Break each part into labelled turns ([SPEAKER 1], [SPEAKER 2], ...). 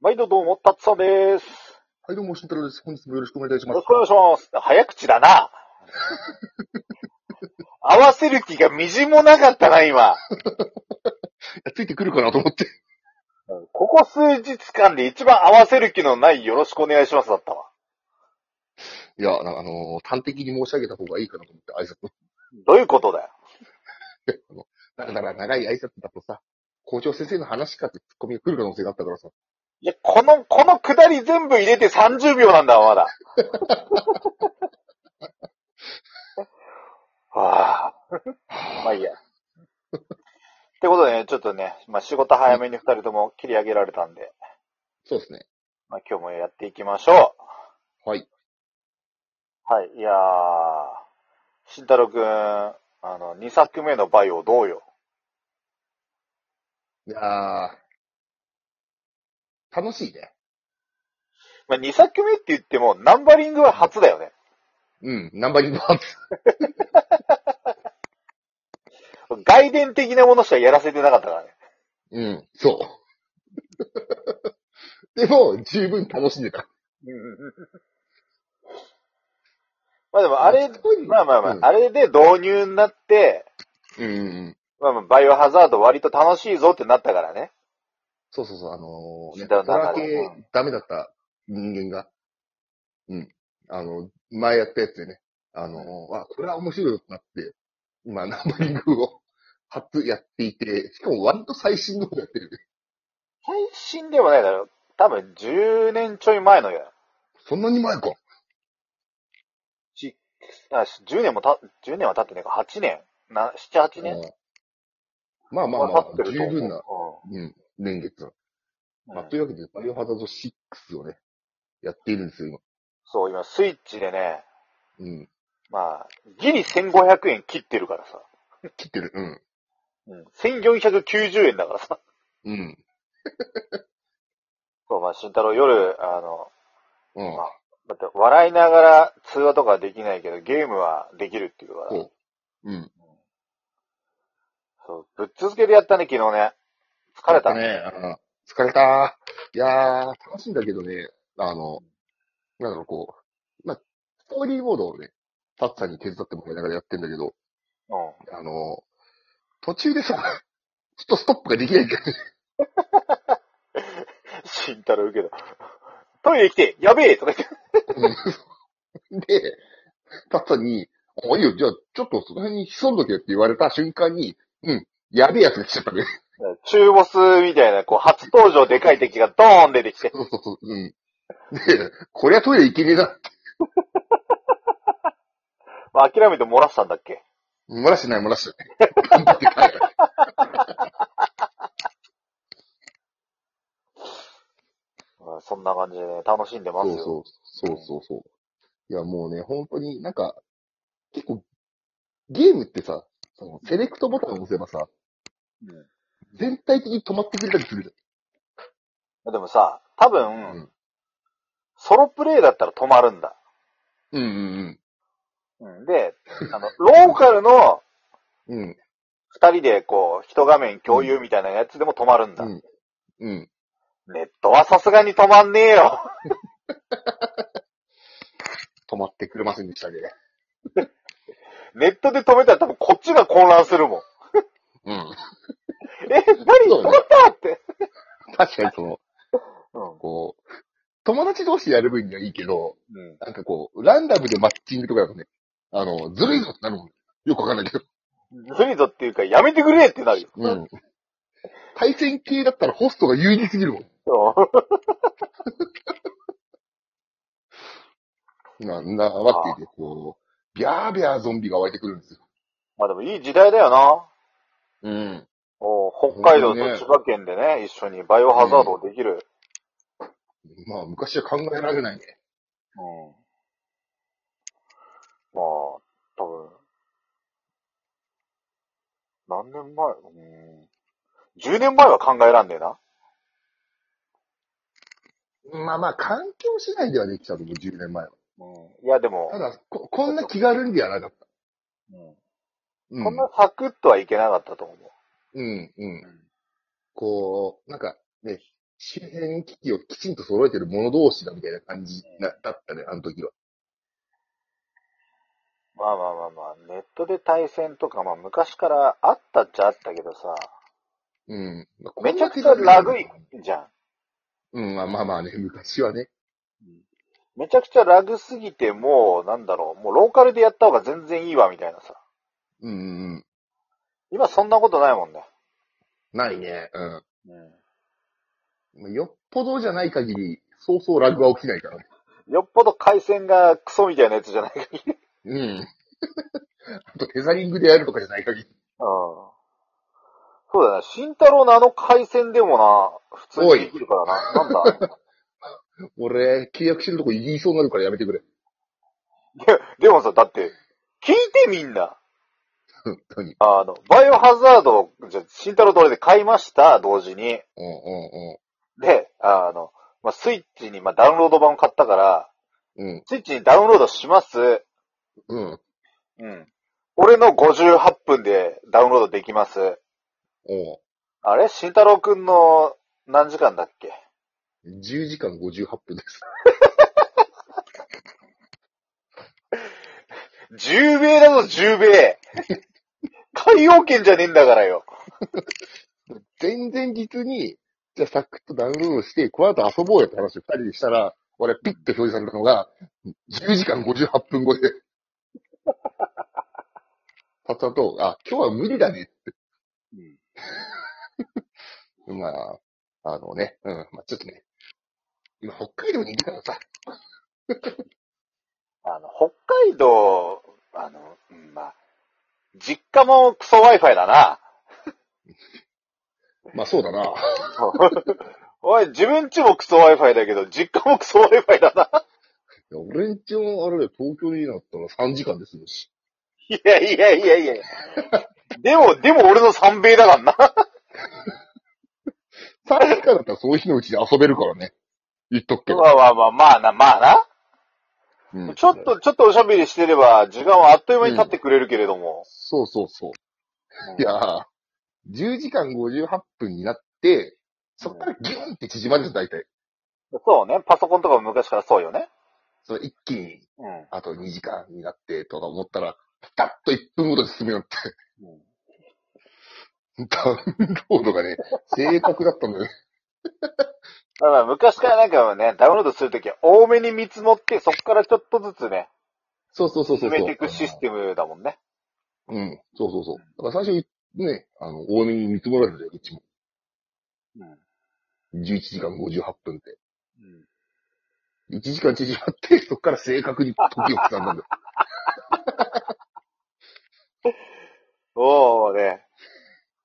[SPEAKER 1] 毎度どうも、たつさんです。
[SPEAKER 2] はい、どうも、慎太郎です。本日もよろしくお願いいた
[SPEAKER 1] よ
[SPEAKER 2] しま
[SPEAKER 1] ろ
[SPEAKER 2] す
[SPEAKER 1] し。くお願いします。早口だな。 合わせる気がみじんもなかったな、今。
[SPEAKER 2] いやついてくるかなと思って。
[SPEAKER 1] ここ数日間で一番合わせる気のないよろしくお願いしますだったわ。
[SPEAKER 2] いや、なあのー端的に申し上げた方がいいかなと思って、挨拶を
[SPEAKER 1] どういうことだよ。
[SPEAKER 2] あのだから、長い挨拶だとさ、校長先生の話かってツッコミが来る可能性があったからさ。
[SPEAKER 1] いや、この、このくだり全部入れて30秒なんだわ、まだ。はあ、まあいいや。ってことでね、ちょっとね、まあ仕事早めに二人とも切り上げられたんで、
[SPEAKER 2] そうですね。
[SPEAKER 1] まあ今日もやっていきましょ
[SPEAKER 2] はい。
[SPEAKER 1] う。はい、いやー、慎太郎くん、あの、2作目のバイオどうよ。
[SPEAKER 2] いやー、楽しいね。
[SPEAKER 1] まあ2作目って言っても、ナンバリングは初だよね。
[SPEAKER 2] うん、ナンバリングワン。
[SPEAKER 1] 外伝的なものしかやらせてなかったからね。
[SPEAKER 2] うん、そう。でも、十分楽しんでた。
[SPEAKER 1] まあでもあれ
[SPEAKER 2] す、ごいね
[SPEAKER 1] まあまあまあ、
[SPEAKER 2] うん
[SPEAKER 1] あれで導入になって、
[SPEAKER 2] うんうんうん。
[SPEAKER 1] まあまあ、バイオハザード割と楽しいぞってなったからね。
[SPEAKER 2] そうそうそう、あのー、ね、
[SPEAKER 1] だだ
[SPEAKER 2] ホ
[SPEAKER 1] から
[SPEAKER 2] ラー系ダメだった人間が、うん。あの、前やったやつでね、あのー、あ、これは面白いってなって、今、ナンバリングを 初やっていて、しかも割と最新の方やってるね。
[SPEAKER 1] 最新ではないだろう。多分10年ちょい前のや。
[SPEAKER 2] そんなに前か。
[SPEAKER 1] ちあ10年もた、10年は経ってないか、8年。な、7、8年
[SPEAKER 2] うんまあまあま
[SPEAKER 1] は経って
[SPEAKER 2] あ、
[SPEAKER 1] る
[SPEAKER 2] 十
[SPEAKER 1] と思う
[SPEAKER 2] 分な、うん、年月だ。
[SPEAKER 1] うん
[SPEAKER 2] まあ、というわけで、バイオハザード6をね、やっているんですよ、
[SPEAKER 1] そう、今スイッチでね、
[SPEAKER 2] 今。うん。
[SPEAKER 1] まあ、ギリ1500円切ってるからさ。
[SPEAKER 2] 切ってる。うん。
[SPEAKER 1] うん。1490円だからさ。
[SPEAKER 2] うん。
[SPEAKER 1] そう、まあ、慎太郎夜、あの、
[SPEAKER 2] うん。
[SPEAKER 1] だって笑いながら通話とかはできないけど、ゲームはできるっていうから、
[SPEAKER 2] そう。うん。
[SPEAKER 1] そう、ぶっ続けでやったね、昨日ね。疲れた。
[SPEAKER 2] ね。うん疲れた。いやー、楽しいんだけどね、あの、なんだろう、こう、まあ、ストーリーボードをね、タッツさんに手伝ってもらいながらやってんだけど、
[SPEAKER 1] うん。
[SPEAKER 2] あの、途中でさ、 ちょっとストップができないんだよね。
[SPEAKER 1] 慎太郎受けた。 トイレ来て、やべえとか言って。
[SPEAKER 2] で、タッツさんに、あ、いいよ、じゃあ、ちょっとその辺に潜んどけって言われた瞬間に、うん、やべえやつが来ちゃったね。
[SPEAKER 1] 中ボスみたいな、こう、初登場でかい敵がドーン出てきて。
[SPEAKER 2] そうそうそう、うん。で、こりゃトイレ行けねえな。
[SPEAKER 1] まあ、諦めて漏らしたんだっけ
[SPEAKER 2] 漏らしてない、漏らしてない。頑張って帰る
[SPEAKER 1] うんそんな感じでね、楽しんでますよ。
[SPEAKER 2] そうそう。そうそうそう。いや、もうね、本当になんか、結構、ゲームってさ、そのセレクトボタンを押せばさ、
[SPEAKER 1] うん
[SPEAKER 2] 全体的に止まってくれたりするじ
[SPEAKER 1] でもさ、多分、
[SPEAKER 2] ゃん。うん。
[SPEAKER 1] ソロプレイだったら止まるんだ。
[SPEAKER 2] うんうん
[SPEAKER 1] うん、で、あの、 ローカルの、
[SPEAKER 2] うん。うん。
[SPEAKER 1] 二人でこう、一画面共有みたいなやつでも止まるんだ。
[SPEAKER 2] うんうん。
[SPEAKER 1] ネットはさすがに止まんねえよ。
[SPEAKER 2] 止まってくれませんでしたね。
[SPEAKER 1] ネットで止めたら多分こっちが混乱するもん。
[SPEAKER 2] うん。
[SPEAKER 1] え、何
[SPEAKER 2] そ
[SPEAKER 1] 止
[SPEAKER 2] う
[SPEAKER 1] ま
[SPEAKER 2] だね
[SPEAKER 1] ったって。
[SPEAKER 2] 確かにその、
[SPEAKER 1] うん。
[SPEAKER 2] こう、友達同士でやる分にはいいけど、
[SPEAKER 1] うん。
[SPEAKER 2] なんかこう、ランダムでマッチングとかだとね、あの、ずるいぞってなるもん。よくわかんないけど。
[SPEAKER 1] ずるいぞっていうか、やめてくれってなるよ。
[SPEAKER 2] うん。対戦系だったらホストが有利すぎるもん。
[SPEAKER 1] そう
[SPEAKER 2] なんだ、わっていて、こう、ビャービャーゾンビが湧いてくるんですよ。
[SPEAKER 1] まあでもいい時代だよな。
[SPEAKER 2] うん。
[SPEAKER 1] おう北海道と千葉県でね、一緒にバイオハザードをできる。
[SPEAKER 2] まあ、昔は考えられないね。
[SPEAKER 1] うん。まあ、多分。何年前うん。10年前は考えらんねえな。
[SPEAKER 2] まあまあ、環境次第ではできたと思う、10年前は。
[SPEAKER 1] うん。いや、でも
[SPEAKER 2] た、だ、こ、こんな気軽にではなかった。
[SPEAKER 1] うん
[SPEAKER 2] うん。
[SPEAKER 1] こんなサクッとはいけなかったと思う。
[SPEAKER 2] うん、うん
[SPEAKER 1] ん。
[SPEAKER 2] こう、なんか、ね、周辺機器をきちんと揃えてる者同士だみたいな感じなだったね、あの時は。
[SPEAKER 1] まあまあまあまあ、ネットで対戦とか、まあ昔からあったっちゃあったけどさ、
[SPEAKER 2] うん。まあ
[SPEAKER 1] めちゃくちゃラグいじゃん。
[SPEAKER 2] うん、まあまあまあね、昔はね。
[SPEAKER 1] めちゃくちゃラグすぎて、もう、なんだろう、もうローカルでやった方が全然いいわ、みたいなさ。
[SPEAKER 2] うんうんうん。
[SPEAKER 1] 今そんなことないもんね。
[SPEAKER 2] ないね。うん
[SPEAKER 1] う
[SPEAKER 2] まあ。よっぽどじゃない限り、そうそうラグは起きないからね。
[SPEAKER 1] ん。よっぽど回線がクソみたいなやつじゃない限り。
[SPEAKER 2] うん。あと、テザリングでやるとかじゃない限り。
[SPEAKER 1] そうだよね。慎太郎のあの回線でもな、普通にできるからな。なんだあれ
[SPEAKER 2] 俺、契約してるとこ言いそうになるからやめてくれ。
[SPEAKER 1] ででもさ、だって、聞いてみんな。
[SPEAKER 2] 本当に。
[SPEAKER 1] あの、バイオハザード、じゃあ、慎太郎と俺で買いました、同時に。
[SPEAKER 2] うんう
[SPEAKER 1] で、あの、まあ、スイッチに、まあ、ダウンロード版を買ったから、
[SPEAKER 2] んうん。
[SPEAKER 1] スイッチにダウンロードします。
[SPEAKER 2] うん。うん。
[SPEAKER 1] うん。俺の58分でダウンロードできます。
[SPEAKER 2] おう
[SPEAKER 1] あれ慎太郎くんの何時間だっけ
[SPEAKER 2] 10時間58分です。
[SPEAKER 1] ?10 米だぞ、10米 海洋圏じゃねえんだからよ。
[SPEAKER 2] 前々日に、じゃあサクッとダウンロードして、この後遊ぼうよって話を二人でしたら、俺ピッて表示されたのが、10時間58分後 で。たったと、あ、今日は無理だねって。 まあ、あのね、うん、まあちょっとね。今、北海道にいるからさ、
[SPEAKER 1] あの、北海道、あの、うんまあ、実家もクソ Wi-Fi だな。
[SPEAKER 2] まあそうだな。
[SPEAKER 1] おい、自分ちもクソ Wi-Fi だけど、実家もクソ Wi-Fi だな。
[SPEAKER 2] いや 俺んちもあれだよ、東京になったら3時間ですよし。
[SPEAKER 1] いやいやいやいやでも、でも俺の三米だからな。
[SPEAKER 2] 3時間だったらその日のうちで遊べるからね。言っとくけど。
[SPEAKER 1] まあまあまあ、まあな、まあな。
[SPEAKER 2] うん
[SPEAKER 1] ちょっと、ちょっとおしゃべりしてれば、時間はあっという間に経ってくれるけれども。
[SPEAKER 2] そうそうそう。
[SPEAKER 1] うん
[SPEAKER 2] いやー、10時間58分になって、そっからギュンって縮まるじゃん、大体。
[SPEAKER 1] そうね。パソコンとかも昔からそうよね。
[SPEAKER 2] それ一気
[SPEAKER 1] う
[SPEAKER 2] に、
[SPEAKER 1] ん。
[SPEAKER 2] あと2時間になって、とか思ったら、ピタッと1分ごとに進むようになって。ダウンロードがね、正確だったんだよね。
[SPEAKER 1] だから昔からなんかね、ダウンロードするときは多めに見積もって、そこからちょっとずつね、
[SPEAKER 2] そうそうそうそ
[SPEAKER 1] 進
[SPEAKER 2] うそう。
[SPEAKER 1] めていくシステムだもんね。
[SPEAKER 2] うん、そうそうそう。だから最初、ね、あの、多めに見積もられるんだよ、うちも。
[SPEAKER 1] うん。
[SPEAKER 2] 11時間58分って。
[SPEAKER 1] うん
[SPEAKER 2] 1時間縮まって、そっから正確に時を刻んだんだよ。
[SPEAKER 1] おーね。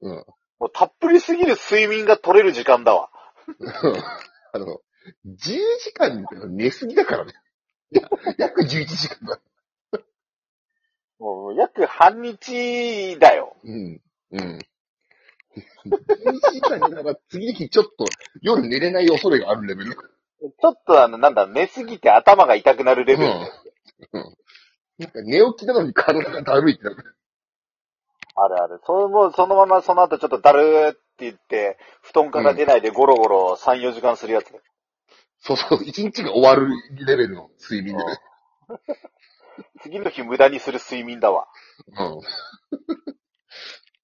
[SPEAKER 2] うん。
[SPEAKER 1] もうたっぷりすぎる睡眠が取れる時間だわ。
[SPEAKER 2] うんあの、10時間寝すぎだからね。いや約11時間だ。
[SPEAKER 1] もう約半日だよ。
[SPEAKER 2] うん。うん。11時間寝たら次の日ちょっと夜寝れない恐れがあるレベル。
[SPEAKER 1] ちょっとあの、なんだ、寝すぎて頭が痛くなるレベル。
[SPEAKER 2] うん。うん。なんか寝起きなのに体がだるいってなる。
[SPEAKER 1] あるある。それも、そのままその後ちょっとだるーって言って、布団から出ないでゴロゴロ3、4時間するやつ。
[SPEAKER 2] そうそう、1日が終わるレベルの睡眠でね。
[SPEAKER 1] 次の日無駄にする睡眠だわ。
[SPEAKER 2] うん。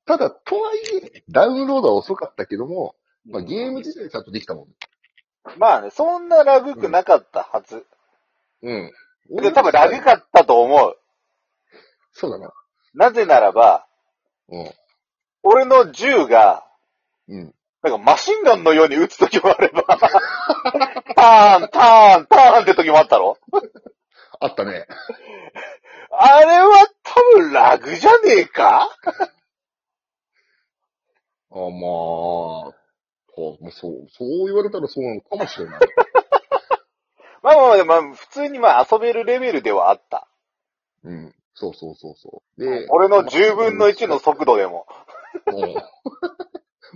[SPEAKER 2] ただ、とはいえ、ダウンロードは遅かったけども、まあ、ゲーム自体ちゃんとできたもん。
[SPEAKER 1] まあね、そんなラグくなかったはず。
[SPEAKER 2] うん。
[SPEAKER 1] で、多分ラグかったと思う。
[SPEAKER 2] そうだな。
[SPEAKER 1] なぜならば、
[SPEAKER 2] うん。
[SPEAKER 1] 俺の銃が、
[SPEAKER 2] うん。
[SPEAKER 1] なんかマシンガンのように撃つときもあれば、ターン、ターン、ターンって時もあったろ
[SPEAKER 2] あったね。
[SPEAKER 1] あれは多分ラグじゃねえか
[SPEAKER 2] あ、まあ、そう、まあそう、そう言われたらそうなのかもし れない。
[SPEAKER 1] まあまあまあ、まあ、普通にまあ遊べるレベルではあった。
[SPEAKER 2] うん。そうそうそうそう。で、
[SPEAKER 1] 俺の10分の1の速度でも。
[SPEAKER 2] うん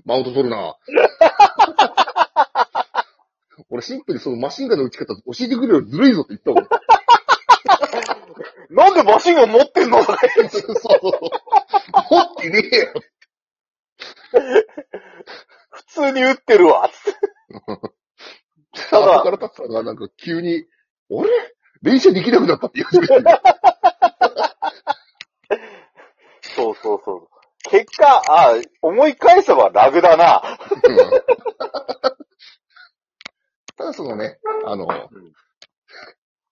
[SPEAKER 2] マウント取るな。 俺シンプルにそのマシンガンの打ち方教えてくれよ、ずるいぞって言ったもん。
[SPEAKER 1] なんでマシンガン持ってんのとか言って
[SPEAKER 2] そうそう。持ってねえよ。
[SPEAKER 1] 普通に撃ってるわ。つってただ
[SPEAKER 2] 後から立ってたのが、なんか急に、あれ電車できなくなったって言い始めて、
[SPEAKER 1] そうそうそう。結果、あ思い返せばラグだな。
[SPEAKER 2] ただそのね、あの、
[SPEAKER 1] ん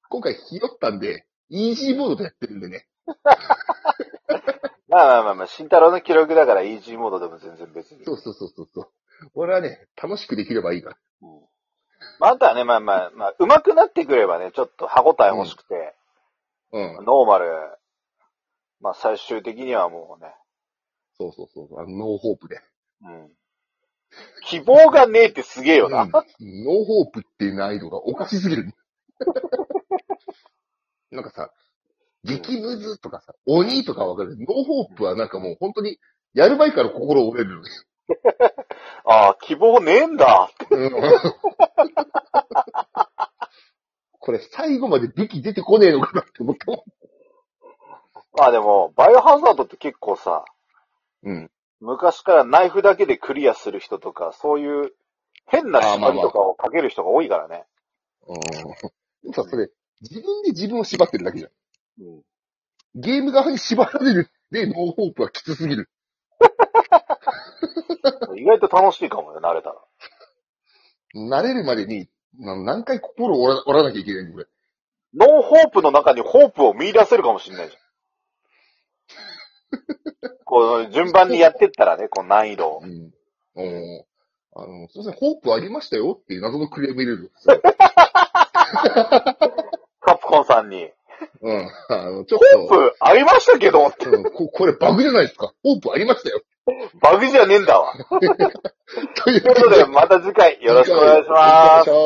[SPEAKER 2] 今回ひよったんで、イージーモードでやってるんでね。
[SPEAKER 1] まあまあまあまあ、慎太郎の記録だからイージーモードでも全然別に。
[SPEAKER 2] そうそうそうそうそう。俺はね、楽しくできればいいから。
[SPEAKER 1] うんまあ、あとはね、まあまあ、まあ、上手くなってくればね、ちょっと歯応え欲しくて、
[SPEAKER 2] うん。
[SPEAKER 1] ノーマル、まあ最終的にはもうね、
[SPEAKER 2] そうそうそう。あのノーホープで。
[SPEAKER 1] うん。希望がねえってすげえよな。
[SPEAKER 2] うんノーホープっていう難易度がおかしすぎる。 なんかさ、激ムズとかさ、鬼とかわかる。ノーホープはなんかもう本当に、やる前から心折れるのね。
[SPEAKER 1] ああ、希望ねえんだ。
[SPEAKER 2] うん これ最後まで武器出てこねえのかなって思ったもん。
[SPEAKER 1] まあでも、バイオハザードって結構さ、
[SPEAKER 2] うん。
[SPEAKER 1] 昔からナイフだけでクリアする人とか、そういう変な縛りとかをかける人が多いから ね。
[SPEAKER 2] でもさ、それ、自分で自分を縛ってるだけじゃん。
[SPEAKER 1] うん。
[SPEAKER 2] ゲーム側に縛られる。で、ノーホープはきつすぎる。
[SPEAKER 1] 意外と楽しいかもよ、慣れたら。
[SPEAKER 2] 慣れるまでに、な何回心折ら折らなきゃいけないんだ、これ。
[SPEAKER 1] ノーホープの中にホープを見出せるかもしれないじゃん。こう、順番にやってったらね、こう難易度を。
[SPEAKER 2] うん。おあの、すいません、ホープありましたよっていう謎のクレーム入れる。
[SPEAKER 1] カプコンさんに、
[SPEAKER 2] うん。あの、ちょっ
[SPEAKER 1] ホープありましたけど、
[SPEAKER 2] と、うんここれバグじゃないですか。ホープありましたよ。
[SPEAKER 1] バグじゃねえんだわ。
[SPEAKER 2] という
[SPEAKER 1] ということで、また次回よろしくお願いします。
[SPEAKER 2] す。